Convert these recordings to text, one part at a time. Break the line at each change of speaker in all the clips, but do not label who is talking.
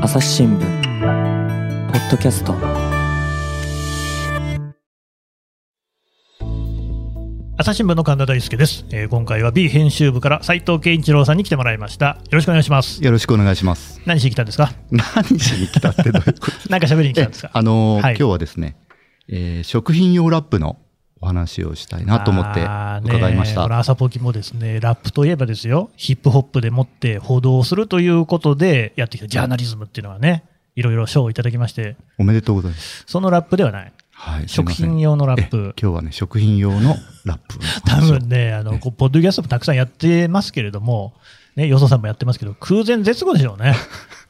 朝日新聞ポッドキャスト
朝日新聞の神田大輔です、えー今回は B 編集部から斉藤健一郎さんに来てもらいましたよろしくお願いします
よろしくお願いします。
何しに来たんですか
何しに来たってどういうこと
なんか喋りに来たんですか
あのー
はい
今日はですね、えー食品用ラップのお話をしたいなと思って
あーね
伺いました。
この朝ポキもですね、ラップといえばですよ、ヒップホップでもって報道をするということでやってきたジャーナリズムっていうのはね、いろいろ賞をいただきまして、
おめでとうございます。
そのラップではない。
はい、すい
食
ません
品用のラッ
え
プ。
今日はね、食品用のラップの話
多
を。
分ね、あの、こうポッドキャストもたくさんやってますけれども、ね、よそさんもやってますけど、空前絶後でしょう ね。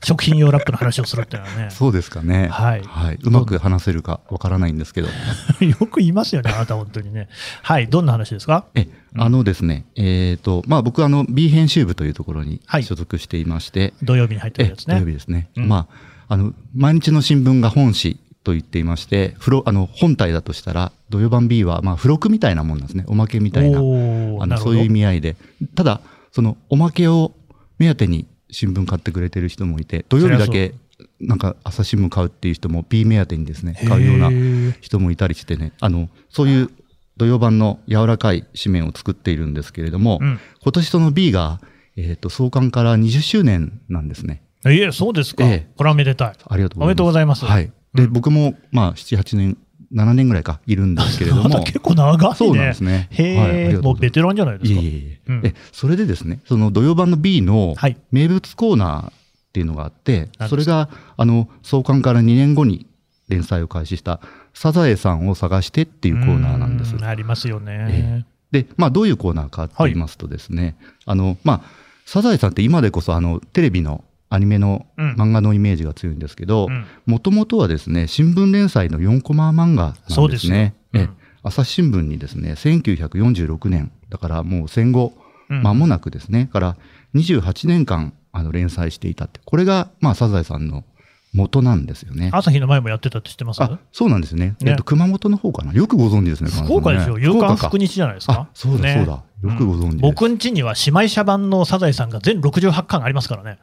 食品用ラップの話をするっていうのはね。
そうですかね。
はい
うまく話せるかわからないんですけど。
よく言いますよね、あなた、本当にね。はい、どんな話ですか
え、あのですね、えっ、と、まあ僕あの B 編集部というところに
はい
所属していまして、
土曜日に入って
え
るやつ
土曜日
ね。
ですね、
うん
まああの毎日の新聞が本誌と言っていましてフロあの本体だとしたら土曜版 B は、まあ、付録みたいなもんなんですねおまけみたいな
おー
あ
な
の
るほど
そういう意味合いでただそのおまけを目当てに新聞買ってくれてる人もいて土曜日だけなんか朝日新聞買うっていう人も B 目当てにですね買うような
へー
人もいたりしてねあのそういう土曜版の柔らかい紙面を作っているんですけれども、
うん
今年その B が、えー、と創刊から20周年なんですね。
いえ、そうですか。
ええ
これはめでたい。
ありがとう
おめでとうございます。
はい。で、
うん
僕も、まあ、7、8年、7年ぐらいか、いるんですけれど
あなた
も。
結構長いね。
そうなんですね
へえ、
はいありがとう
も
ございます
うベテランじゃないで
い
す
え
か。
いえいえ、
うん
えそれでですね、その土曜版の B の
はい
名物コーナーっていうのがあって、
か
それが、あの、創刊から2年後に連載を開始した、サザエさんを探してっていうコーナーなんです
う。ありますよね。
で、まあ、どういうコーナーかと言いますとですね、あの、まあ、サザエさんって今でこそ、あの、テレビのアニメの
うん
漫画のイメージが強いんですけど、
うん
もともとはですね、新聞連載の4コマ漫画な
そうんで
ですす
よ
ね。
うん
ええ朝日新聞にですね、1946年、だからもう戦後、
うん
間もなくですね、から28年間あの連載していたって、これが、まあ、サザエさんの元なんですよね。
朝日の前もやってたって知ってます
あそうなんですね。
ね
えっと、熊本の方かな。よくご存知ですね、神田さんね
福岡ですよ。夕
福
刊
岡か
福日じゃないですか。
あそうだ
ね
そうだよくご存知です
うん僕ん家には姉妹社版のサザエさんが全68巻ありますからね。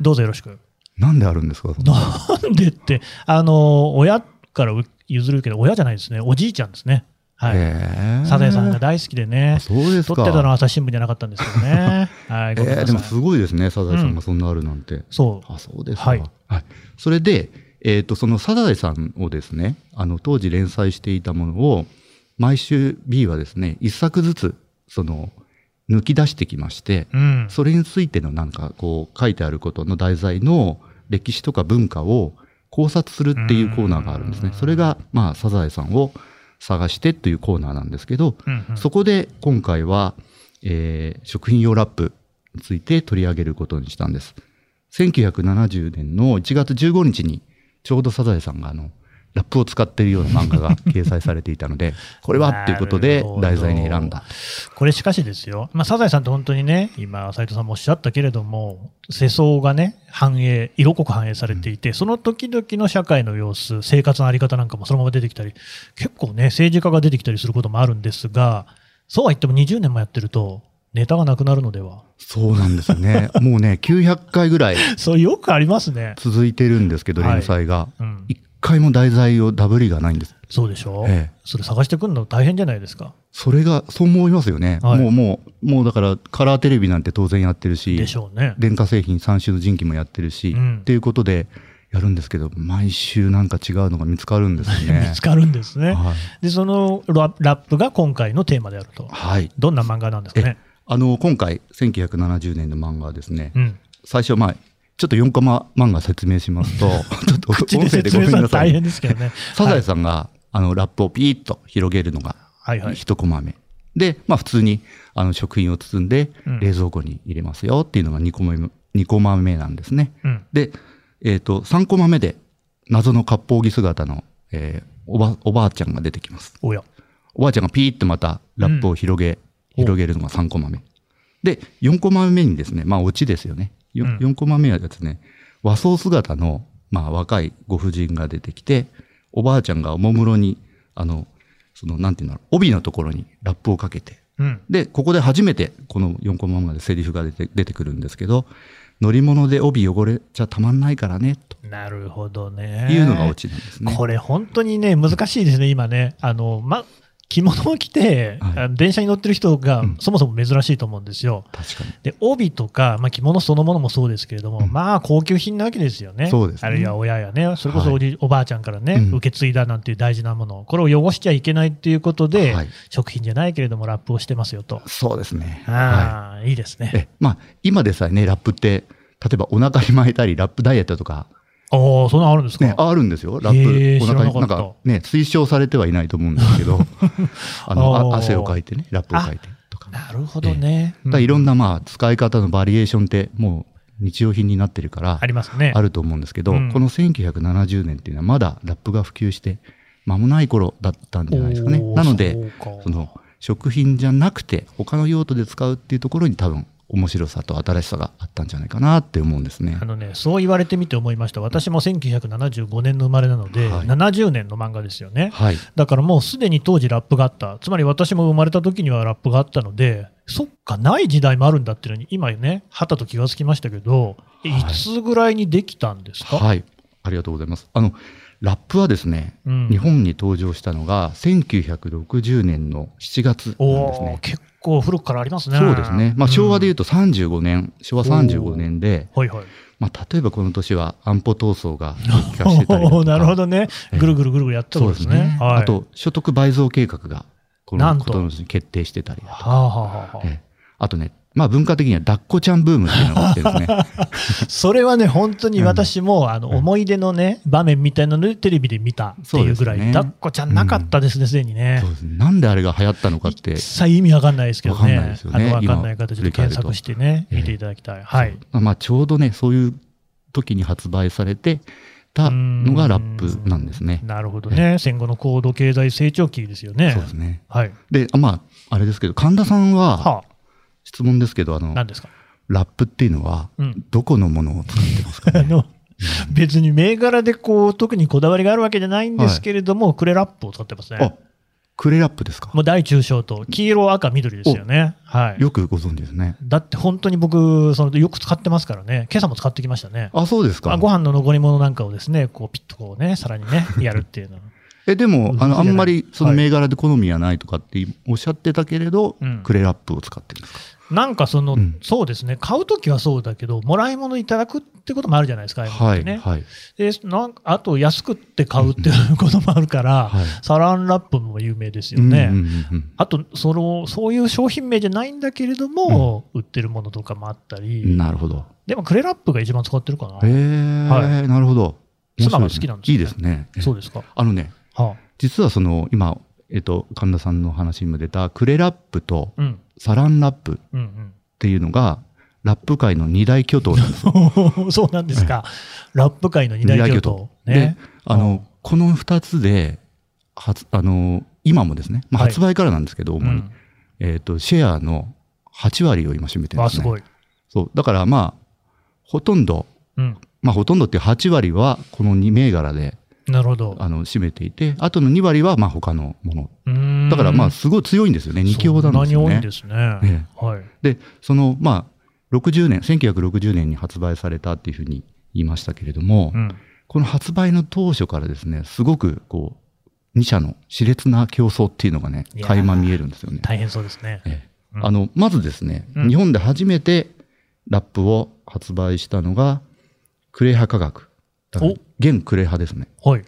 どうぞよろしく。
なんであるんですかその
なんでって、あの、親から譲るけど、親じゃないですね。おじいちゃんですね。はい。
へえ
サザエさんが大好きでね。
そうです
撮
か
ってたのは朝日新聞じゃなかったんですけど ね。はい。ごめんなさ
えー
い
でもすごいですね、サザエさんがそんなあるなんて。
そう。
あ、そうですか。
は
はいい。それで、えっ、と、そのサザエさんをですね、あの、当時連載していたものを、毎週 B はですね、一作ずつ、その、抜き出してきまして、
うん。
それについてのなんか、こう、書いてあることの題材の歴史とか文化を考察するっていうコーナーがあるんですね。それが、まあ、サザエさんを探してっていうコーナーなんですけど、
うんうん
そこで今回は、えー食品用ラップについて取り上げることにしたんです。1970年の1月15日にちょうどサザエさんがあのラップを使っているような漫画が掲載されていたので、 これはっていうこと
なる
で
ほど
題材に選んだ。
これしかしですよ、まあ、サザエさんって本当にね、今、斉藤さんもおっしゃったけれども、世相がね、反映、色濃く反映されていて、その時々の社会の様子、生活のあり方なんかもそのまま出てきたり、結構ね、政治家が出てきたりすることもあるんですが、そうは言っても20年もやってると、ネタがなくなるのでは。
そうなんですね。もうね、900回ぐらい
そう、よくありますね。
続いてるんですけど、
はい
連載が。
うん。
一回も題材をダブりがないんです。
そうでしょ、
ええ
それ探してくるの大変じゃないですか。
それが、そう思いますよね。
はい
もう、もう、もうだから、カラーテレビなんて当然やってるし、
でしょうね。
電化製品三種の神器もやってるし、
うん
っていうことでやるんですけど毎週なんか違うのが見つかるんです ね
見つかるんですね。
はい
で、そのララップが今回のテーマであると。
はい
どんな漫画なんですかね。
あの今回1970年の漫画はですね、
うん。
最初まあちょっと4コマ漫画説明 しますとちょっと
口で
音声で
説
ご
明
め
す
ん
るの
なさ
大
い
変ですけどね。
サザエさんが、あのラップをピーッと広げるのが
はいはい。
1コマ目で、まあ、普通にあの食品を包んで
うん
冷蔵庫に入れますよっていうのが2コマ目二コマ目なんですね、
うん
で、えー、と3コマ目で謎の割烹着姿の、えーおばおばあちゃんが出てきます
おや。
おばあちゃんがピーッとまたラップを広
う
げ、
ん
広げるのが3コマ目で4コマ目にですねまあオチですよね 4,、
うん
四コマ目はですね和装姿の、まあ、若いご婦人が出てきておばあちゃんがおもむろにあのそのなんていうんだろう帯のところにラップをかけて
うん。
で、ここで初めて、この4コマ漫画でセリフが出て出てくるんですけど、乗り物で帯汚れちゃたまんないからね、と
なるほどね。
いうのがオチなんですね。
これ本当にね、難しいですね、今ね。あの、ま、着物を着て、
はい
あの電車に乗ってる人が
うん
そもそも珍しいと思うんですよ。
確かに。
で、帯とか、まあ、着物そのものもそうですけれども、
うん
まあ、高級品なわけですよね。
そうですね
あるいは親やね、それこそお,、じおばあちゃんからね、
うん
受け継いだなんていう大事なもの、これを汚しちゃいけないっていうことで、
はい
食品じゃないけれども、ラップをしてますよと。
そうですね。は
ああ、い、いです
い。
ね。
え、まあ、今でさえね、ラップって、例えばお腹に巻いたり、ラップダイエットとか、
おお、そんなのあるんですか、
ね、あるんですよ。ラッ
へー
プ、お
知ら
腹に、な
なんかった
かね、推奨されてはいないと思うんです けど、あの、
おー
あ汗をかいてね、ラップをかいてとか。
なるほどね。
だからいろん
な、
なまあ使い方のバリエーションってもう日用品になってるから
ありますね。
あると思うんですけど、
うん
この1970年っていうのはまだラップが普及して間もない頃だったんじゃないですかね。
おー
なので
そうか
その食品じゃなくて他の用途で使うっていうところに多分面白さと新しさがあったんじゃないかなって思うんですね
あ。のね、そう言われてみて思いました。私も1975年の生まれなので、
はい
70年の漫画ですよね。
はい。
だからもうすでに当時ラップがあった。つまり私も生まれた時にはラップがあったので、そっか、ない時代もあるんだっていうのに、今ね、はたと気がつきましたけど、え
はい
いつぐらいにできたんですか、
はい。ありがとうございます。あの、ラップはですね、
うん
日本に登場したのが1960年の7月なんです
お
ね
ー。結構古くからありますね。
そうですね。まあ、昭和で
い
言うと35年、昭和35年で、
うん、はいはい。
まあ、例えばこの年は安保闘争が激化してた りだとか。
なるほどね
ええ。
ぐるぐるぐるぐるやってた
そ
ん
う
で
ですす
ね。
ね。
はい、
あと、所得倍増計画が、こ
な
の
んと
ことの年に決定してたりだと
は
か。
あ、はあはあ、
ええあとね、まあ、文化的には抱っこちゃんブームっていうのがあってですね。
それはね、本当に私もあの
うん
思い出のね、場面みたいなのでテレビで見たっていうぐら
そうですね
い、だっこちゃんなかったですね、すでにね
そう。ですね。なんであれが流行ったのかって
一、切意味わかんないですけど
わかんないで
ね
すよ、
あ
ね
のわかんない方、ちょっと検
今
索してね、
ええ
見ていただきたい。はい。
まあ、ちょうどね、そういう時に発売されてたのがラップなんですね。
なるほどね、戦後の高度経済成長期ですよね
そう。ですね。
はい。
で、あまあ、あれですけど、神田さんは、
は
質問ですけど、あの
あ、、何ですか。
ラップっていうのは、
うん
どこのものを使ってますか
あ
ね
の別に銘柄でこう特にこだわりがあるわけじゃないんですけれども、クレラップを使ってます
あ
ね。
クレラップですか
もう大中小と黄色、赤、緑ですよね。はい。
よくご存知ですね。
だって本当に僕、そのよく使ってますからね、今朝も使ってきましたね。
あ、そうです
あ
か。
ご飯の残り物なんかをですね、こうピッとこうね、皿に ね、やるっていうの。
え、でも、あの、
ご存知じゃ
あ
ない
んまりその
はい
銘柄で好みはないとかっておっしゃってたけれど、
うん
クレラップを使ってるんですか
なんかその、
うん
そうですね、買うときはそうだけど、もらい物いただくってこともあるじゃないですか、ああいうのっ
は
て
い、
ね
はい。
でなんあと安くって買うっていうこともあるから、
はい
サランラップも有名ですよね。
うんうんうんうん
あとその、そういう商品名じゃないんだけれども、売ってるものとかもあったり、
なるほど。
でもクレラップが一番使ってるかな
へ。え、
は
なるほど。面白い
妻が好きなんですね
いいですね。
そうですか。
あのね、
は
実はその、今、えっと、神田さんの話にも出た、クレラップと
あ、うん、
サランラップっ
うん、うん。
ていうのが、ラップ界の二大巨頭なんです
そうなんですか。ラップ界の二
二
大
大
巨
巨
頭
頭。
ね
で。あのこの2つで発あの今もですね、まあ、
はい
発売からなんですけど、
う
主に、
ん
えー、とシェアの8割を今占めてるん
あ、
です
す
ね
ごい。
そうだからまあほとんど
うん。
まあほとんどっていう8割はこの2銘柄で
なるほど。
あの占めていてあとの2割はまあ他のもの
だ
だからまあすごい強いんですよね二強なんです
そん
よ
なに多い
ね
んですね。
え
はい。
でそのまあ60年1960年に発売されたっていうふうに言いましたけれども、
うん。
この発売の当初からですね、すごくこう、2社の熾烈な競争っていうのがね
い、やー
垣間見えるんですよね。
大変そうですね。
ええ
うん
あの、まずですね、
うん
日本で初めてラップを発売したのが、クレハ科学。だから
お
現クレハですね。
はい。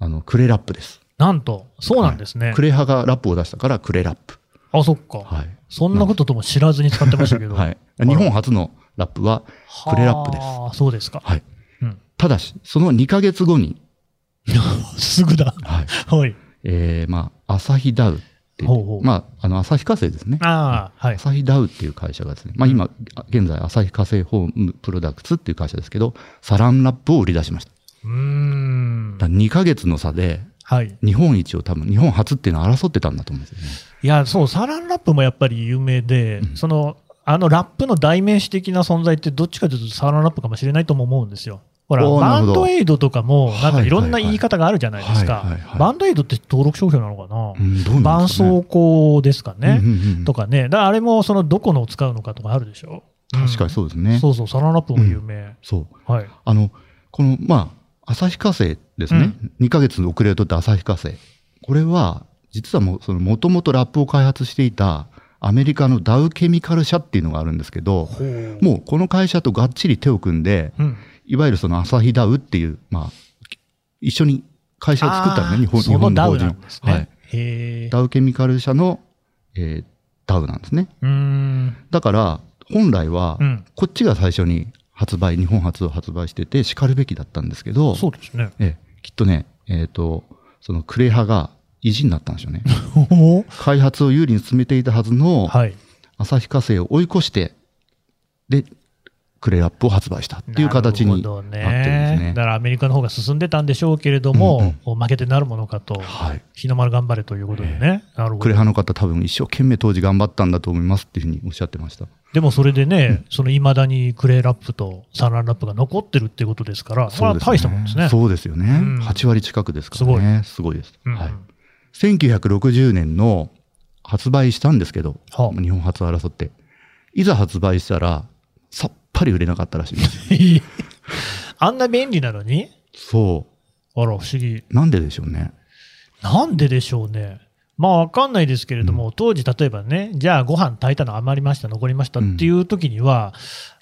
あの、クレラップです。
なんと、そうなんですね
ク。レハがラップを出したからクレラップ。
あ、そっか。
はい。
そんなこととも知らずに使ってましたけど。
はい。日本初のラップは、
はあ
クレラップです。
そうですか。
はい。
うん。
ただし、その2ヶ月後に、
すぐだ。
はい。
はい。
えー、まあ、アサヒダウっていう
ほうほう
まあ、あの、旭化成ですね。
ああ、はい。
アサヒダウっていう会社がですね、まあ、今、現在、アサヒ化成ホームプロダクツっていう会社ですけど、サランラップを売り出しました。
うーん。
2ヶ月の差で、
はい。
日本一を多分、日本初っていうのを争ってたんだと思うんですよね。
いや、そう、サランラップもやっぱり有名で、その、あのラップの代名詞的な存在って、どっちかというとサランラップかもしれないとも思うんですよ。ほら、
おーな
バ
るほ
ン
ど
ドエイドとかも、なんかいろんな
はいはいはい
言い方があるじゃないです
はいは
か
いは。い
バンドエイドって登録商標なのかな
うんどうなん
絆
ですかね
創膏ですかね
うんうんうん
とかね。だからあれも、その、どこのを使うのかとかあるでしょ
確かに
う
そうです
ん
ね。
そうそう、サランラップも有名。
そう
はい。
あのこのまあ旭化成ですね、2ヶ月の遅れを取った旭化成これは実はもうそのもともとラップを開発していたアメリカのダウケミカル社っていうのがあるんですけどもうこの会社とがっちり手を組んで
うん。
いわゆるそのアサヒダウっていう、まあ、一緒に会社を作ったのね日本日
その
本の
ダ
法
ウな
人
んです
はい
ね。へえ。
ダウケミカル社の、えーダウなんですね
うーん。
だから本来は
うん
こっちが最初に発売日本初を発売しててしかるべきだったんですけど
そうですね。
ええ、きっとね、えー、とそのクレハが意地になったんでしょ うね開発を有利に進めていたはずの
はい。
旭化成を追い越してでクレラップを発売したっていう形になってるん
な
です
るほど
ね
だからアメリカの方が進んでたんでしょうけれども、負けてなるものかと、
はい
日の丸頑張れということでね、なるほ
クレ
ど
ハの方多分一生懸命当時頑張ったんだと思いますっていうふうにおっしゃってました
でもそれでね、そのいまだにクレーラップとサランラップが残ってるってことですから、それは大したもんですね。
そうですよね、
うん
8割近くですからねすごいです、
うん
はい、1960年の発売したんですけど、
はあ
日本初を争っていざ発売したらさっぱり売れなかったらしいんですよ
あんな便利なのに、
そ
あら、不思議、
うなんででしょうね
なんででしょうね。まあ、わかんないですけれども、当時、例えばね、じゃあ、ご飯炊いたの余りました、残りましたっていう時には、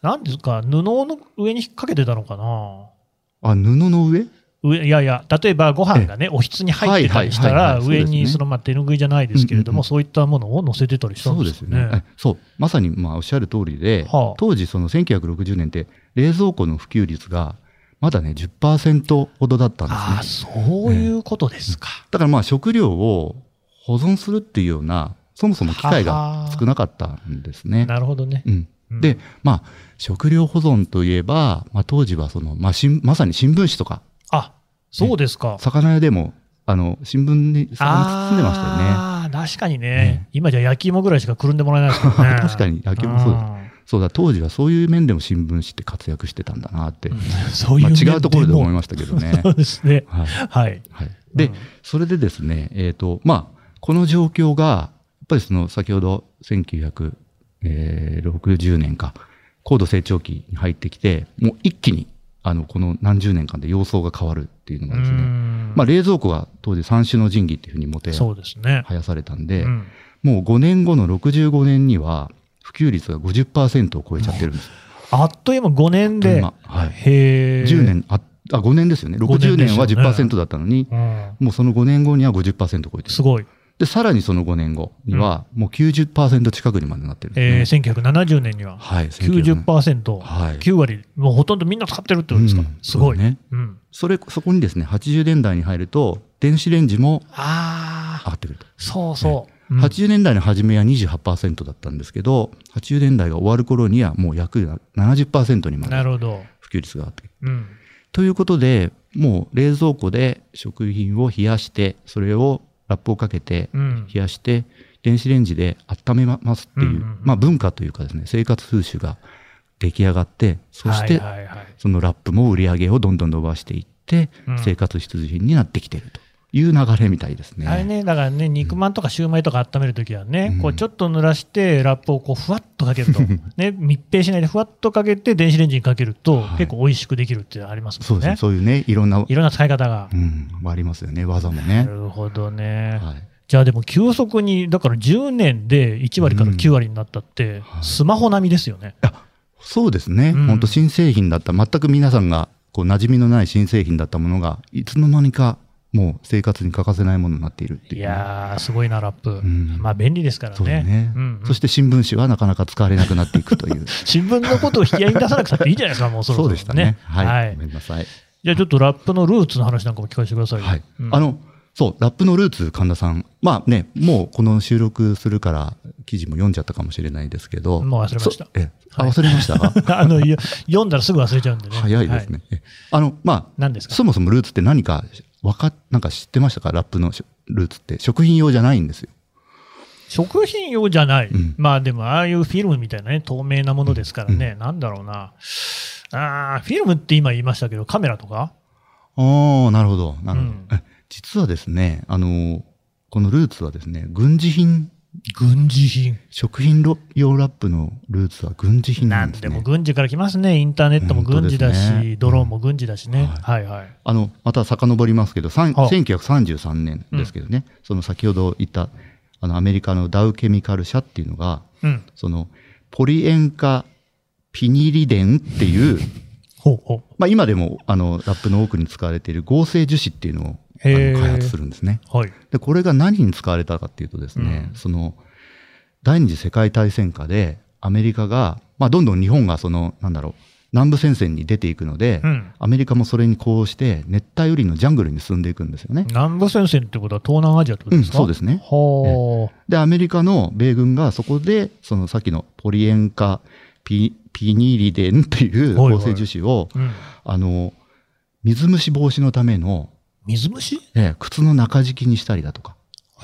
なんですか、布の上に引っ掛けてたのかな。
あ布の上
上いやいや、例えばご飯がね、おひつに入ってたりした
はい
ら、
はいはいはい
上に
そうですね
そのまあ手拭いじゃないですけれど
うんうんう
も、
ん
そういったものを載せてたりしたん
そう
で
です
よ
すよね
ね。
えそうまさにまあおっしゃる通りで、
はあ
当時その1960年って冷蔵庫の普及率がまだね10%ほどだったんです
ああ、
ね
そういうことですか。
だからまあ食料を保存するっていうようなそもそも機会が少なかったんですね
なるほどね
う。ん
うん
で、まあ、食料保存といえば、まあ、当時はその、まあ、新まさに新聞紙とか
あそうですか。
魚屋でもあの新聞に魚に包んでましたよね
ああ、確かにね。今じゃ焼き芋ぐらいしかくるんでもらえないですもんね。
確かに焼き芋そうですそうだ当時はそういう面でも新聞紙って活躍してたんだなって、
す。そうい
ま
う
あ、
面も、
違うところで思いましたけど ね
そ。うですね。
はい
はい。
はい、で、
うん
それでですね、えーとまあ、この状況がやっぱりその先ほど1960年か高度成長期に入ってきてもう一気にあのこの何十年間で様相が変わるっていうのがです
うー
ね、
ん
まあ、冷蔵庫が当時三種の神器っていうふうにもては
そうですね。
やされたんで、
うん
もう5年後の65年には普及率が50%を超えちゃってるんです。
あっという間5年で。
今はい、
へえ。
10。年ああ5年ですよね60年は
5年ですよね
10%だったのに、
うん。
もうその5年後には50%超えてる
すごい。
で、さらにその5年後には、もう90%近くにまでなってるん
え
ですね。
ー、1970年には
はい、1970
90%、
はい
9割、もうほとんどみんな使ってるってことですか、
うん
すごい。
そうね
うん、
それ、そこにですね、80年代に入ると、電子レンジも
あ
上
あ、
がってくると。
そうそう。うん
80年代の初めは28%だったんですけど、80年代が終わる頃にはもう約70%にま
な
で
るほど、
普及率が上がってく
う
る。
ん。
ということで、もう冷蔵庫で食品を冷やして、それをラップをかけて
うん
冷やして、電子レンジで温めますっていう、
うんうんうん
まあ文化というかですね、生活風習が出来上がって、そして
はいはいはい、
そのラップも売り上げをどんどん伸ばしていって、
うん
生活必需品になってきてるという流れみたいですね。
あれね、だからね、肉まんとかシューマイとか温めるときはね、
うん
こうちょっと濡らして、ラップをこうふわっとかける と、ね、密閉しないでふわっとかけて、電子レンジにかけると、
はい
結構美味しくできるっていうのあります
そ
も
うんですね
ね。
そういうね、いろんな、
いろんな使い方が
う。ん、ありますよね、技も
な
ね。
るほどね。
はい
じゃあでも急速に、だから10年で1割から9割になったって、
はい
スマホ並みですよね。
そうですね、
うん
本当新製品だった全く皆さんがこう馴染みのない新製品だったものがいつの間にかもう生活に欠かせないものになっているっていうね、
いやー、すごいな、ラップ。
ん
まあ便利ですからね。
そうだね、
うんうん
そして新聞紙はなかなか使われなくなっていく という
新聞のことを引き合いに出さなくたっていいじゃないですか、もうそろそろ、
そうでしたねはい、
はい
ごめんなさい、
じゃあちょっとラップのルーツの話なんかも聞かせてくださいよ。
はい
うん
あのそうラップのルーツ神田さんまあねもうこの収録するから記事も読んじゃったかもしれないですけど
もう忘れました
そえあ忘れまし た、
あのいや読んだらすぐ忘れちゃうんでね。
早いです
は
ね、えあのまあ
何ですか
そもそもルーツって何かわかなんか知ってましたかラップのしルーツって食品用じゃないんですよ
食品用じゃない、
うん
まあでもああいうフィルムみたいなね、透明なものですからね、なんだろうな、ああ、フィルムって今言いましたけど、カメラとか
ああ、なるほど。なるほど。
うん
え実はですね、あの、このルーツはですね、軍事品、
軍事品。
食品ロ用ラップのルーツは軍事品な
なんん
です
で
ね。
も軍事から来ますね。インターネットも軍事だ
本当ですね
し、ドローンも軍事だしね。はいはい。
あの、また遡りますけど、さん
あ
1933年ですけどね、その先ほど言った、あの、アメリカのダウケミカル社っていうのが、
うん。
その、ポリ塩化ピニリデンっていう、
ほうほ
まあ今でも、あの、ラップの多くに使われている合成樹脂っていうのをあ
へー
の開発するんですね。
う。はい。
でこれが何に使われたかっていうとですね、
うん
その第二次世界大戦下でアメリカが、まあ、どんどん日本がそのなんだろう南部戦線に出ていくので、
うん
アメリカもそれに呼応して熱帯雨林のジャングルに進んでいくんですよね。
南部戦線ってことは東南アジアってことですか、
うんそうですね
ほう。
でアメリカの米軍がそこでそのさっきのポリエンカピピニリデンっていう
はいはい
合成樹脂を、
うん。
あの水虫防止のための、
水虫
ええ靴の中敷きにしたりだとか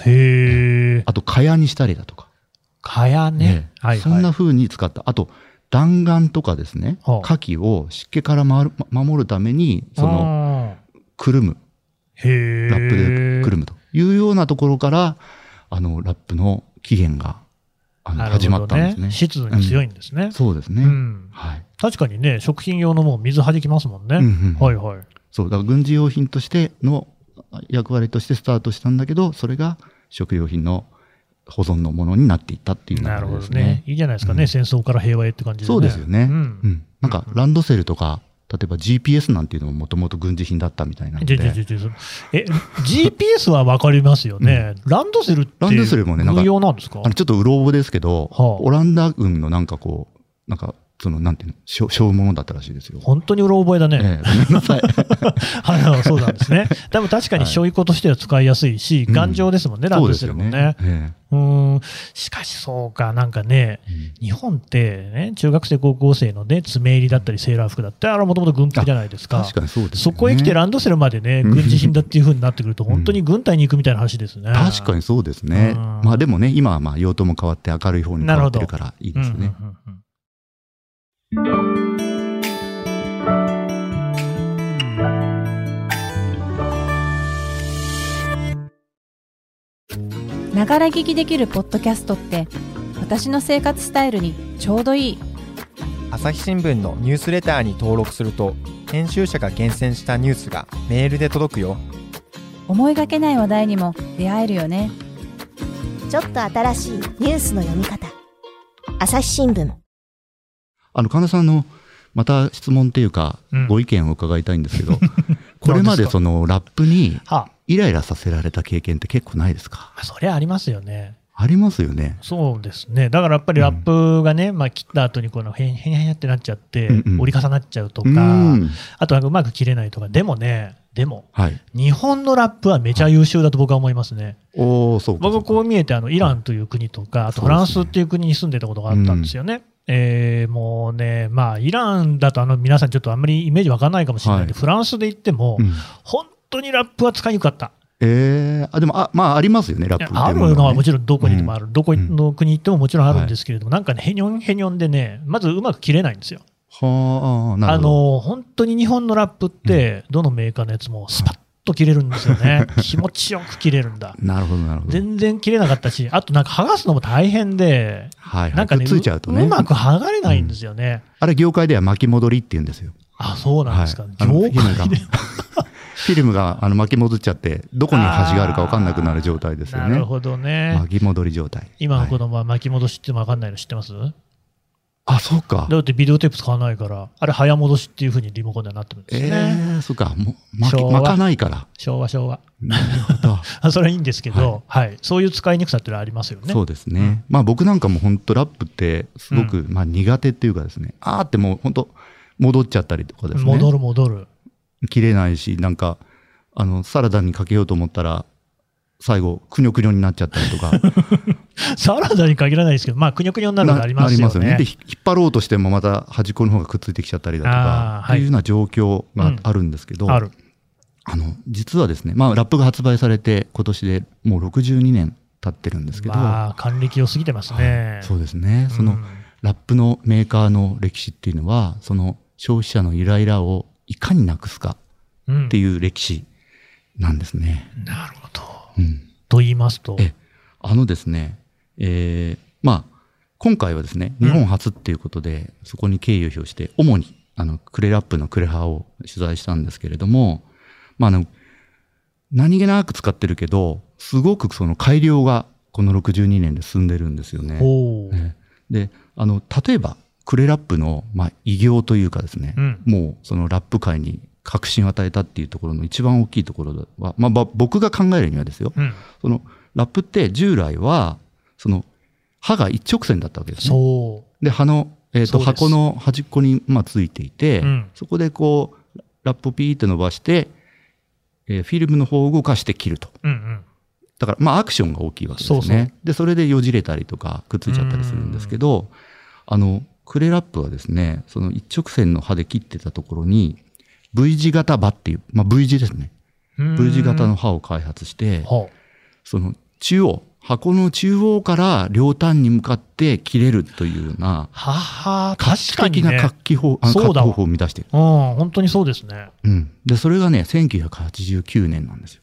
へえ。
あと蚊帳にしたりだとか
かやね
ね。
はいはい。
そんな風に使った。あと、弾丸とかですね、
はあ
火器を湿気からまるま守るために、その、
の、
くるむ、
へえ。
ラップでくるむというようなところから、あの、ラップの起源が、あの、
なるほど
始まったんですね。
湿度に強いんですね。
そうです
う
ね。
ん。
はい。
確かにね、食品用のもう水はじきますもんね。
うんうん
はいはい。
そう、だから軍事用品としての役割としてスタートしたんだけど、それが食用品の保存のものになっていったっていう流
な
れ
るほ
で
ど
す
ね
ね。。
いいじゃないですかね、
うん
戦争から平和へって感じで、ね。
そうですよね。
う
うんん。なんか、ランドセルとか、例えば GPS なんていうのももともと軍事品だったみたいなの
じ
で
ゃ。じゃじゃじゃそのえ、GPS はわかりますよね。ランドセルって。
ランドセルもねなんか
軍用なんですか
あのちょっとうろ覚えですけど、
はあ
オランダ軍のなんかこう、なんか、その、なんていうの、しょしょうものだったらしいですよ。
本当にうろ覚えだね。
ええごめん なさい。
はいはい、そうなんですね。 でも確かに証拠としては使いやすいし、
うん
頑丈ですもんね、ランドセルも
そうで
ね。
すよね。え
うーん。しかしそうか、なんかね、
えうん
日本ってね、中学生、高校生のね、爪入りだったり、セーラー服だって、あれはもともと軍服じゃないですか。
確かにそうです、ね。
そこへ来てランドセルまでね、軍事品だっていうふうになってくると、
うん
本当に軍隊に行くみたいな話ですね。
確かにそうですね。
うん
まあでもね、今はまあ用途も変わって明るい方に変わってるからいいです
うんうん
ね。
うんうん
ながら聞きできるポッドキャストって私の生活スタイルにちょうどいい
朝日新聞のニュースレターに登録すると編集者が厳選したニュースがメールで届くよ
思いがけない話題にも出会えるよね
ちょっと新しいニュースの読み方。朝日新聞。
あの、神田さんの、また質問っていうか
うん、
ご意見を伺いたいんです けど、これまでそのラップに
は
イライラさせられた経験って結構ないですか
あ、そりゃありますよね。
ありますよね。
そうですね。だからやっぱりラップがね、まあ切った後にこのへんへんへんってなっちゃって、
うんうん
折り重なっちゃうと
う
か、
ん。
あとなんかうまく切れないとか、でもね、でも、
はい。
日本のラップはめちゃ優秀だと僕は思いますね。
おおそうか。
僕、こう見えて、あの、イランという国とか、あとフランスっていう国に住んでたことがあったんですよね。えーもうね、まあ、イランだとあの皆さんちょっとあんまりイメージわかんないかもしれないんで、
は
フランスで言っても、
うん
本当にラップは使いにくかった。
ええあ、でも、あ、まあ、ありますよね、ラップって
あ
いう
る
もの、ね。
のはもちろんどこにでもある、どこ
うん
の国行ってももちろんあるんですけれども、なんかね、へにょんへにょんでね、まずうまく切れないんですよ。
はあ、な
あ
るほど。
の、本当に日本のラップって、どのメーカーのやつもスパッと切れるんですよ ね。気持ちよく切れるんだ。
なるほど、なるほど。
全然切れなかったし、あとなんか剥がすのも大変で、
はい、はい。
なんかね、
くっついちゃうとね。
うまく剥がれないんですよね。
あれ、業界では巻き戻りって言うんですよ。
あ、そうなんですか。
はい、あの
業
フィルムが
界で。
フィルムがあの巻き戻っちゃって、どこに端があるか分かんなくなる状態ですよ
な
ね
る。ほどね。
巻き戻り状態。
今の子
はい
供は巻き戻しって分かんないの知ってます、
あ、そうか。
だってビデオテープ使わないから、あれ早戻しっていうふうにリモコンではなってるんで
え
すよ
え
ね。
そうか。もう巻き
昭和
巻かないから。
昭和昭和。
なるほど。
あそれはいいんですけど、はい、そういう使いにくさってのはありますよね。
そうですね、まあ僕なんかも本当ラップってすごく、
う
まあ苦手っていうかですねあーってもう本当戻っちゃったりとかですね
戻る戻る。
切れないしなんかあのサラダにかけようと思ったら最後くにょくにょになっちゃったり とか
サラダに限らないですけど、まあ、くにょくにょになるのがありますよね。
でひ引っ張ろうとしてもまた端っこの方がくっついてきちゃったりだと
あ
か
ー
っていうような状況
は
が
い
あるんですけど、
ある。
あの実はですね、まあ、ラップが発売されて今年でもう62年経ってるんですけど、
まあ、還暦を過ぎてますね。
そうですねその、
うん
ラップのメーカーの歴史っていうのはその消費者のイライラをいかになくすか
うん
っていう歴史なんですね。
なるほど。
うん
と言いますと、
えあのですね、えーまあ、今回はですね、
うん
日本初っていうことで、そこに敬意を表して、主に、あの、クレラップのクレハを取材したんですけれども、まあ、あの、何気なく使ってるけど、すごくその改良が、この62年で進んでるんですよね。
おお、
ええであの例えばクレラップの、まあ、偉業というかですね、
うん
もうそのラップ界に革新を与えたっていうところの一番大きいところは、まあ、ば僕が考えるにはですよ、
うん、
そのラップって従来はその歯が一直線だったわけですね。
そ
で歯の、えー、
そう
と
です
箱の端っこに、まあ、ついていて、
うん
そこでこうラップをピーって伸ばして、えーフィルムの方を動かして切ると。
う、うんうん、
だから、まあ、アクションが大きいわけですね。
そうそう
で、それでよじれたりとか、くっついちゃったりするんですけど、あの、クレラップはですね、その一直線の刃で切ってたところに、V 字型刃っていう、まあ、V 字ですね。
うーん
V 字型の刃を開発して、
ほ
その中央、箱の中央から両端に向かって切れるというような
う、はは、
画
確
期
かに
的な
ね。
活気法、あの
そう
活
だわ
気方法を生み出してる。
うん、本当にそうですね。
うん。で、それがね、1989年なんですよ。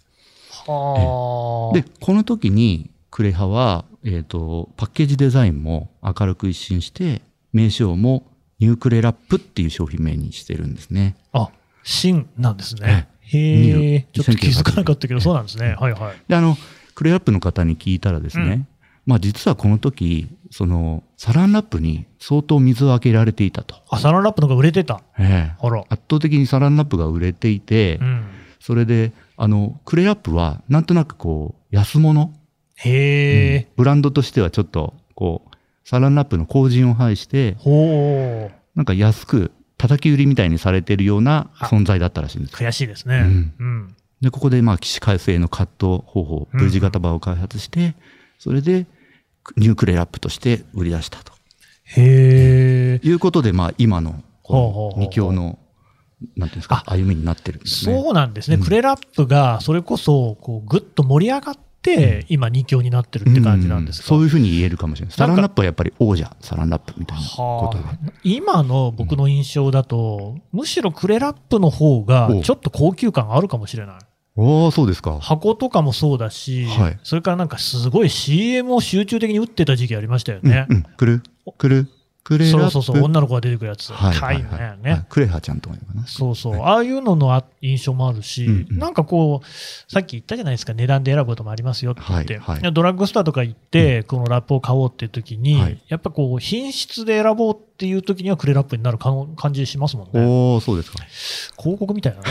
はあ。
で、この時にクレハは、えっとパッケージデザインも明るく一新して名称もニュークレラップっていう商品名にしてるんですね。
あ、新なんですね。へ
ニ
えち
ュ、
ょ
ー
っと気づかなかったけど、そうなんですね。はいはい。
であのクレラップの方に聞いたらですね、
うん
まあ実はこの時そのサランラップに相当水をあけられていたと。
あ、サランラップの方が売れてた。
ええ
あら。
圧倒的にサランラップが売れていて、
うん。
それであのクレラップはなんとなくこう安物
へえ、
ブランドとしてはちょっとこうサランラップの後塵を排して
ほう。
なんか安く叩き売りみたいにされてるような存在だったらしいんです。
悔しいですね。
うん
うん。
で、ここでまあ起死回生のカット方法、
うん
V 字型場を開発して、それでニュークレラップとして売り出したと
へえ。
いうことで、まあ今の
ほうほうほう
こ
ほう
の二強の、なんていうんですか、歩みになってるんですね。
そうなんですね。
うん
クレラップが、それこそ、こう、ぐっと盛り上がって、今、二強になってるって感じなんですか、
うんそういうふうに言えるかもしれない。サ
なんか
ランラップはやっぱり王者、サランラップみたいなことが
は。あ、今の僕の印象だと、むしろクレラップの方が
おう
ちょっと高級感あるかもしれない。
おー、そうですか。
箱とかもそうだし、
はい
それからなんかすごい CM を集中的に打ってた時期ありましたよね
う。ん、くる、くる、くれラッ
そ
プ。
うそうそう、女の子が出てくるやつ。
はい
高
はいい
ね、
はい
ね
はいクレハちゃんとかいうのかな。
そうそう、
はい
ああいうののあ印象もあるし、
うんうん
なんかこう、さっき言ったじゃないですか、値段で選ぶこともありますよって言って、
はいは
ドラッグストアとか行って、このラップを買おうっていう時に、
はい
やっぱこう、品質で選ぼうっていう時にはクレラップになるかん感じしますもんね。
おおそうですか。
広告み たいな。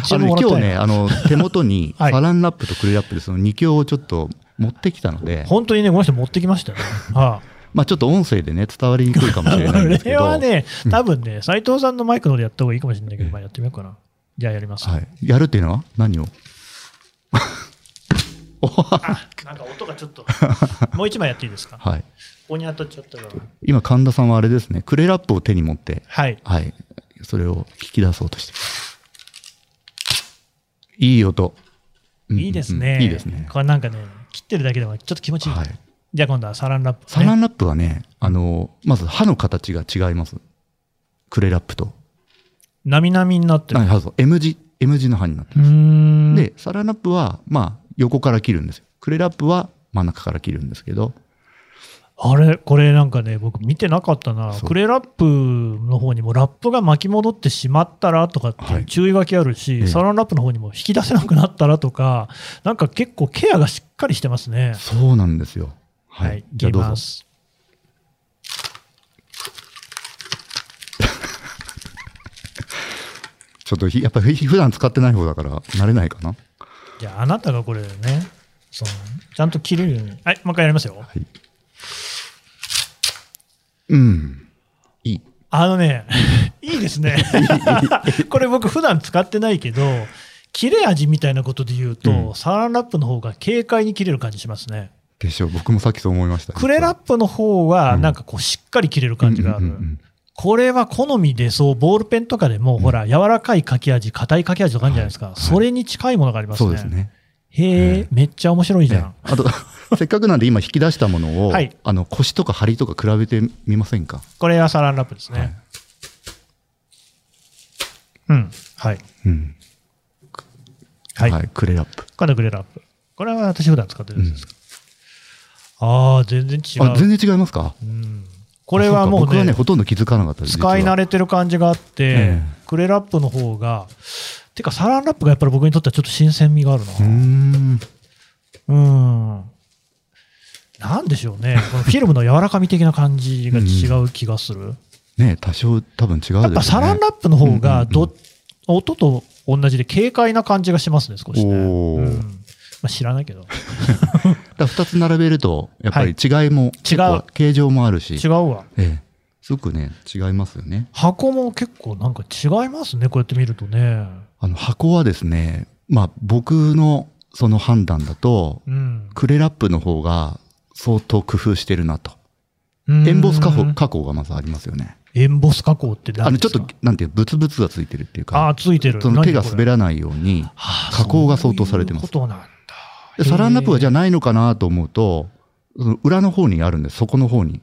一
あ
応もらった
の今日
よ
ね、あの手元に
はい
サランラップとクレラップでその2強をちょっと持ってきたので、
本当にね、この人持ってきましたよね。は
まあちょっと音声でね、伝わりにくいかもしれ
い
ないんです
こ
け
れ
ど、
はね、多分ね、斉藤さんのマイクのでやった方がいいかもしれないけど、まあやってみようかな。じゃあやります。
はい、やるっていうのは何を
なんか音がちょっと、もう一枚やっていいですか。こ
はい。
こに当たっちゃったから。
今、神田さんはあれですね、クレラップを手に持って、
はい。
はい、それを聞き出そうとして。いい音。うん
いいです
うんう
ね。
んいいですね。
これなんかね、切ってるだけでもちょっと気持ちいい。
はい。
じゃあ今度はサランラップ、ね。
サランラップはね、あの、まず歯の形が違います。クレラップと。
なみなみになってる。
はい、歯ぞ M 字、M 字の歯になってる
うーん。
で、サランラップは、まあ、横から切るんですよ。クレラップは真ん中から切るんですけど、
あれ、これなんかね、僕見てなかったな。
そう
クレラップの方にもラップが巻き戻ってしまったらとかってい
は
う
い
注意書きあるし、
ええ
サランラップの方にも引き出せなくなったらとか、なんか結構ケアがしっかりしてますね。
そうなんですよ。はい。
はい、切
じゃあ
り
どう
ま
ぞ。
す。
ちょっとひ、やっぱり普段使ってない方だから、慣れないかな。
じゃああなたがこれね、そのちゃんと切れるように。はい、もう一回やりますよ。
はい。うん。いい。
あのね、 いいですね。 これ僕普段使ってないけど、切れ味みたいなことで言うと、
うん
サランラップの方が軽快に切れる感じしますね。
でしょう。僕もさっきそう思いました。
クレラップの方は
うん
なんかこうしっかり切れる感じがあ
うんうんうんう
る。
ん
これは好みでそう、ボールペンとかでも、ほら、柔らかい書き味、硬い書き味とかあるんじゃないですか。
はい
それに近いものがありますね。
そうですね。
へえ、めっちゃ面白いじゃん
ね。 あと、せっかくなんで今引き出したものを、
はい
あの、腰とか張りとか比べてみませんか。
これはサランラップですね。
はい
はい。
うん
はい。
はい、クレラップ。
カナグレラップ。これは私普段使ってるやつですか。ああ、全然違う。
あ、全然違いますか
うんこれはも
あそうか僕は
ね、
ね、ほとんど気づかなかったです。
使い慣
れ。
れてる感じがあって、
ええ
クレラップの方が、てかサランラップがやっぱり僕にとってはちょっと新鮮味がある
うー
な。
ん。
うん。なんでしょうね、このフィルムの柔らかみ的な感じが違う気がする。
ね、多少多分違うですね。
やっぱサランラップの方がど、
うん
音と同じで軽快な感じがしますね、少しね。
おー
うんまあ、知らないけど。
だから2つ並べると、やっぱり違いも、
違う
結構形状もあるし、
違うわ。
ええ、すごくね、違いますよね。
箱も結構なんか違いますね、こうやって見るとね。
あの箱はですね、まあ、僕のその判断だと、
うん。
クレラップの方が相当工夫してるなと。
エ
エンボス加工加工がまずありますよね。
エンボス加工って
あ
何で
のちょ
す
っ
か
と、なんていう、ブツブツがついてるっていう
あ
か、
あ、ついてる。
その手が
何こ
滑
れ
らないように、
はあ
加工が相当されてます
そういうことなんだ
で。サランラップがじ
ゃ
ゃあないのかなと思うと、その裏の方にあるんで、そこの方に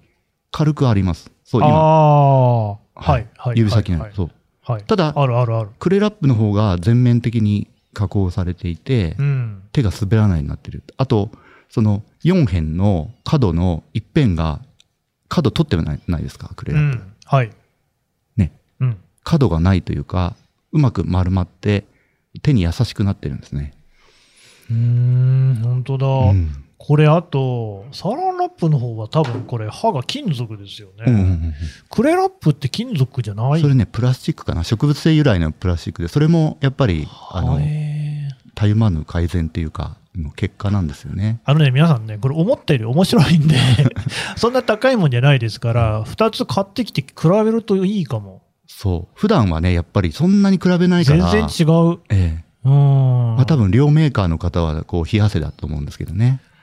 軽くあります。そう、
あ
今、
あ、はい、はい。
指先の、
はい。
そう。
はい。
ただ
あるあるある。
クレラップの方が全面的に加工されていて、
うん。
手が滑らないようになってる。あと、その4辺の角の一辺が、角取ってはないないですか、クレ
う
ラップ。
ん。はい。
ね。
うん。
角がないというか、うまく丸まって、手に優しくなってるんですね。
うーん、本当だ。
うん
これあと、サランラップの方は多分これ刃が金属ですよね。
うんうんうん
クレラップって金属じゃな
うん
い
それね、プラスチックかな。植物性由来のプラスチックで、それもやっぱり、あの、
へー
たゆまぬ改善っていうか、の結果なんですよね。
あのね、皆さんね、これ思ったより面白いん で、そんな高いもんじゃないですから、2つ買ってきて比べるといいかも。
そう。普段はね、やっぱりそんなに比べないか
全
ら。
然違う。
ええ。
うん。
まあ多分、両メーカーの方は、こう、冷や汗だと思うんですけどね。うん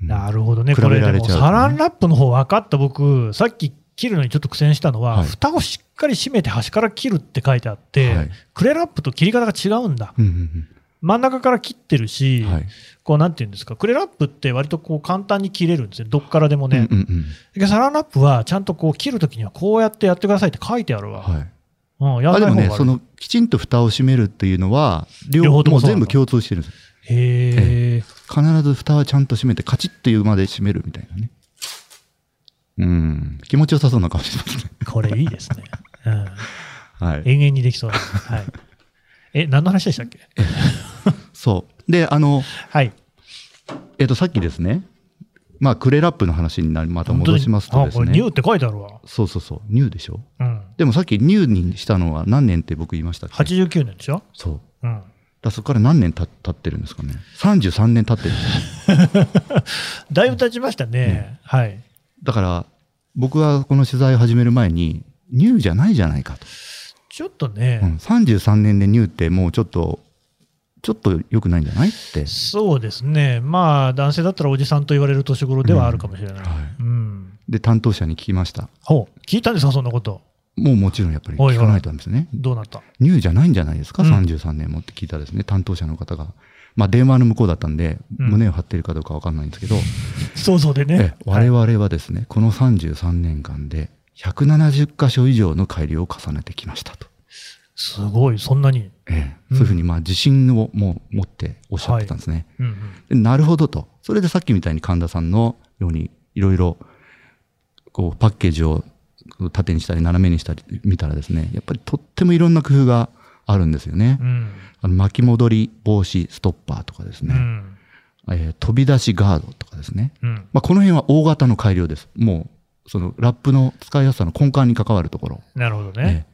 なるほどね。
比
こ
べ
れ
ら
で
れ
も
ちゃうとね
サランラップの方分かった僕、さっき切るのにちょっと苦戦したのは、
はい
蓋をしっかり閉めて端から切るって書いてあって、
はい
クレラップと切り方が違うんだ。
うんうん
真ん中から切ってるし、
うんはい。
こうなんていうんですか、クレラップって割とこう簡単に切れるんですね。どっからでもね。
うんうんうん
でサランラップはちゃんとこう切るときにはこうやってやってくださいって書いてあるわ。
はい。
うん、や
あ
ら
で
ない方が
もね
悪い
そのきちんと蓋を閉めるっていうのは
両
両
方
方
と
と
も
も
そうなん
全
だ
部共通してるんです
へえ。
必ず蓋はちゃんと閉めてカチッっていうまで閉めるみたいなねうん気持ちよさそうな顔し てますね
これいいですね。
はい
うん、永遠にできそうです。はい。え、何の話でしたっけ
そうであの
はい。
えっ、とさっきですねまあクレラップの話になりまた戻しますと
本
で
当に
す
あ、これニュ
ね
ーって書いてあるわ。
そうそうそうニューでしょ
うん。
でもさっきニューにしたのは何年って僕言いましたっけ
89年でしょ
そうだか
うん。
らそこから何年た経ってるんですかね33年経ってるんですよ
だいぶ経ちましたね。はい。
だから僕はこの取材を始める前にニューじゃないじゃないかと、
ちょっと
う
ね、
ん、33年でニューってもうちょっとちょっと良くないんじゃないって、
そうですね。まあ、男性だったらおじさんと言われる年頃ではあるかもしれない。
は
う
い、
ん。
で担当者に聞きました
ほう。聞いたんですか、そんなこと。
もうもちろんやっぱり聞かないとダメですね
どうなった
ニューじゃないんじゃないですか、
うん
33年もって聞いたらですね担当者の方がまあ電話の向こうだったんで
うん
胸を張ってるかどうかわかんないんですけど、
想像で
え
ね。
我々はですね、この33年間で170箇所以上の改良を重ねてきましたと。
すごい、そんなに。
ええそういうふうにまあ自信をもう持っておっしゃってたんですね。
うんうん。
でなるほどと。それでさっきみたいに神田さんのようにいろいろこうパッケージを縦にしたり斜めにしたり見たらですね、やっぱりとってもいろんな工夫があるんですよね。
うん。
あの巻き戻り防止ストッパーとかです
う
ね、
ん。
えー飛び出しガードとかですね。
うん。
まあ、この辺は大型の改良です。もうそのラップの使いやすさの根幹に関わるところ。
なるほどね。
え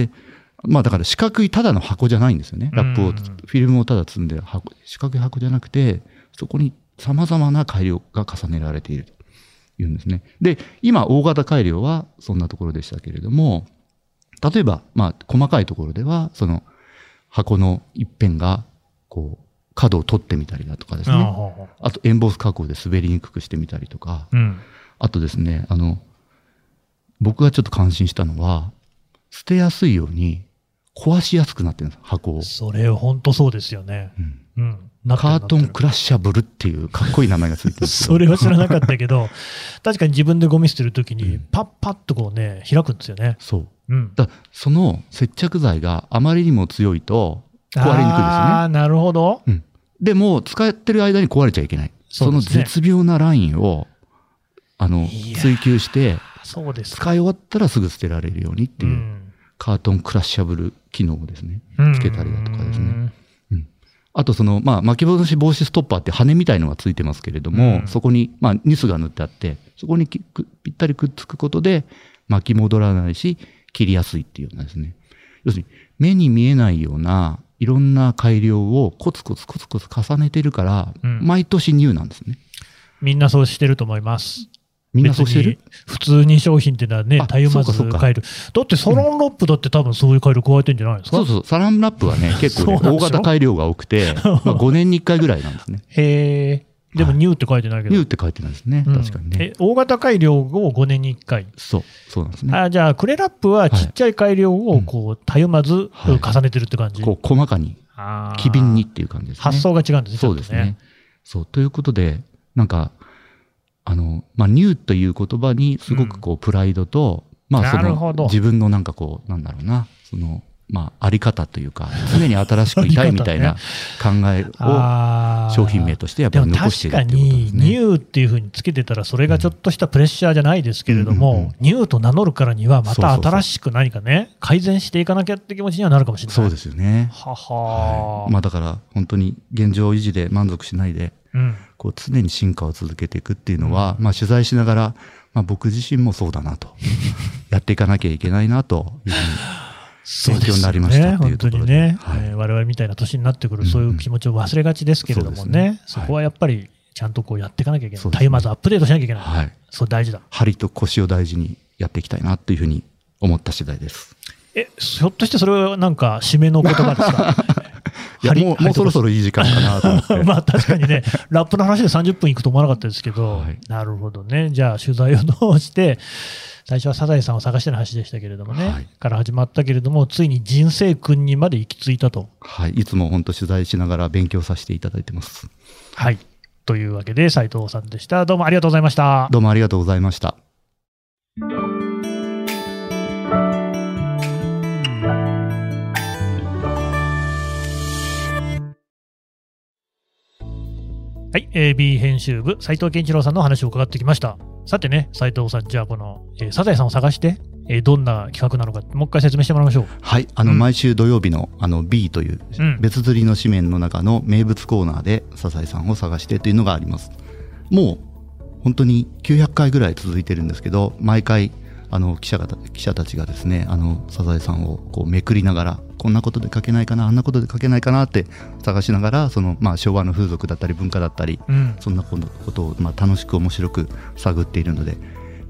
えで、まあだから四角いただの箱じゃないんですよね。ラップ
う
を
ん
つ、フィルムをただ積んでる箱、四角い箱じゃなくて、そこに様々な改良が重ねられているというんですね。で、今、大型改良はそんなところでしたけれども、例えば、まあ、細かいところでは、その箱の一辺が、こう、角を取ってみたりだとかです
ああ
ね。
ほうほう
あと、エンボス加工で滑りにくくしてみたりとか、
うん。
あとですね、あの、僕がちょっと感心したのは、捨てやすいように壊しやすくなってるんです、箱を。
それ本当そうですよね。
うん
うん。なってる
カート
な
ン
ってる
クラッシャブルっていうかっこいい名前がついてるんで す
そ
よ。
れは知らな かったけど、確かに自分でゴミ捨てるとき
う
に
ん、
パッパッとこうね、開くんですよね。
そう。
うん。
だその接着剤があまりにも強いと壊れにくいで
あ
すよね
あ、なるほど。
でも使ってる間に壊れちゃいけないそ,、
そう
の
ですね
絶妙なラインをあの
いやー
追求して
そうですか。
使い終わったらすぐ捨てられるようにっていう、
ん。
カートンクラッシャブル機能をですね
うん
つけたりだとかですね。あとその、まあ、巻き戻し防止ストッパーって羽みたいのがついてますけれども、
うん
そこに、まあ、ニスが塗ってあって、そこにきくぴったりくっつくことで巻き戻らないし、切りやすいっていうようなですね。要するに、目に見えないような、いろんな改良をコツコツコツコツ重ねてるから、
うん
毎年ニューなんですね。
みんなそうしてると思います。
みんなそうしてる
別に普通に商品ってのはね
あ、
たゆまず
そうかそうか
変える。だってサロンロップだって多分そういう改良加えてんじゃないですか。
そうそうそう、サランラップは ね、結構ね、
そうなん
大
でしょ
型改良が多くて、まあ5年に1回ぐらいなんですね。
へえ。でもニューって書いてないけど。
ニューって書いてないですね。
うん
確かにね。
え、大型改良を5年に1回。
そう、そうなんですね。
あじゃあ、クレラップはちっちゃい改良
は
を
い
こう、たゆまず
はい
重ねてるって感じ。
こう、細かに
あー
機敏にっ。ていう感じですね。
発想が違うんですね。
そうです
ちょっ
ね。そうということで、なんか、あの、まあ、ニューという言葉にすごくこう、プライドと、まあ、そ
なるほど
の、自分のなんかこう、なんだろうな、その、まあ、あり方というか、常に新しくいたいみたい な考え
とね。
を
あー
商品名としてやっ
で
ぱ
も
り残して
確
るっ
か
ていうことで
に、
す
ニ
ね。
ューっていうふうにつけてたら、それがちょっとしたプレッシャーじゃないですけれども、
うんうんうん
ニューと名乗るからには、ま
そう
た
そうそう
新しく何かね、改善していかなきゃって気持ちにはなるかもしれない。。
そうですすよね。
は
は
は、
い。まあ、だから、本当に現状維持で満足しないで、
うん。
こう常に進化を続けていくっていうのは、まあ、取材しながら、まあ、僕自身もそうだなとやっていかなきゃいけないなというふうに
そうです
勉強
よ
になりまし
ね。
たってい
本
うと
当
ころ
に
で
ね、
はい
えー我々みたいな年になってくる、そういう気持ちを忘れがちですけれども
うんうんそうです
ね
ね、
そこはやっぱりちゃんとこうやっていかなきゃいけな
そ
い。
うですね
タイマーズアップデートしなきゃいけない。
はい、
そう、大事だ。
針と腰を大事にやっていきたいなというふうに思った次第です。
え、ひょっとしてそれはなんか締めの言葉ですか
いや
針
もうもうそろそろいい時間かなと思っ て。
まあ確かにね、ラップの話で30分いくと思わなかったですけど、
はい
なるほどね。じゃあ取材を通して、最初はサザエさんを探しての話でしたけれどもね、
はい
から始まったけれども、ついに人生君にまで行き着いたと。
はい、いつも本当取材しながら勉強させていただいてます。
はい。というわけで、斉藤さんでした。どうもありがとうございました。
どうもありがとうございました。
はい、えー B 編集部、斉藤健一郎さんのお話を伺ってきました。さてね、斉藤さん、じゃあこの、えーサザエさんを探して、えーどんな企画なのか、もう一回説明してもらいましょう。
はい、あの
うん
毎週土曜日のあの B という
うん
別釣りの紙面の中の名物コーナーでサザエさんを探してというのがあります。もう本当に900回ぐらい続いてるんですけど、毎回あの記者が記者たちがですね、あのサザエさんをこうめくりながら、こんなことで書けないかな、あんなことで書けないかなって探しながら、そのまあ昭和の風俗だったり文化だったり、
うん。
そんなことをまあ楽しく面白く探っているので、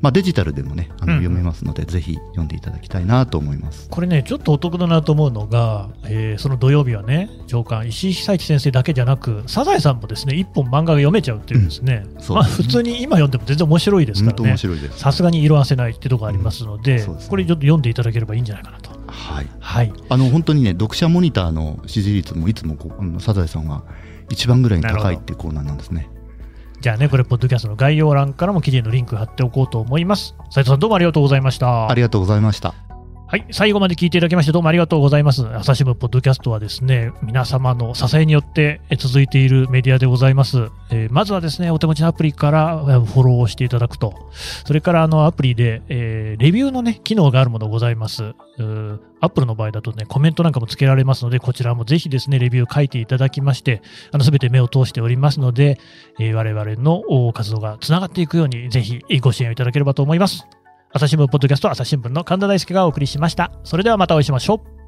まあデジタルでもね、あの
うん
読めますので、ぜひ読んでいただきたいなと思います。
これね、ちょっとお得だなと思うのが、えーその土曜日はね、長官、石井久一先生だけじゃなく、サザエさんもですね、一本漫画が読めちゃうっていうですね、
んそう
まあ
ですね
普通に今読んでも全然面白いですか
本
ら
当面
ね、
白いです。
さすがに色あせないってとこありますので、
うんそうですね
これちょっと読んでいただければいいんじゃないかなと。
はい。
はい。
あの本当にね読者モニターの支持率もいつもこうあのサザエさんは一番ぐらいに高いっていうコーナーなんですね。
じゃあね、これ、ポッドキャストの概要欄からも記事へのリンク貼っておこうと思います。斉藤さん、どうもありがとうございました。
ありがとうございました。
はい、最後まで聞いていただきまして、どうもありがとうございます。朝日新聞ポッドキャストはですね、皆様の支えによってえ続いているメディアでございます。えーまずはですね、お手持ちのアプリからえーフォローをしていただくと、それからあのアプリで、えーレビューのね、機能があるものございます。うーアップルの場合だとね、コメントなんかもつけられますので、こちらもぜひですね、レビュー書いていただきまして、あの、すべて目を通しておりますので、えー我々のお活動がつながっていくように、ぜひえーご支援をいただければと思います。朝日新聞ポッドキャスト朝日新聞の神田大輔がお送りしました。それではまたお会いしましょう。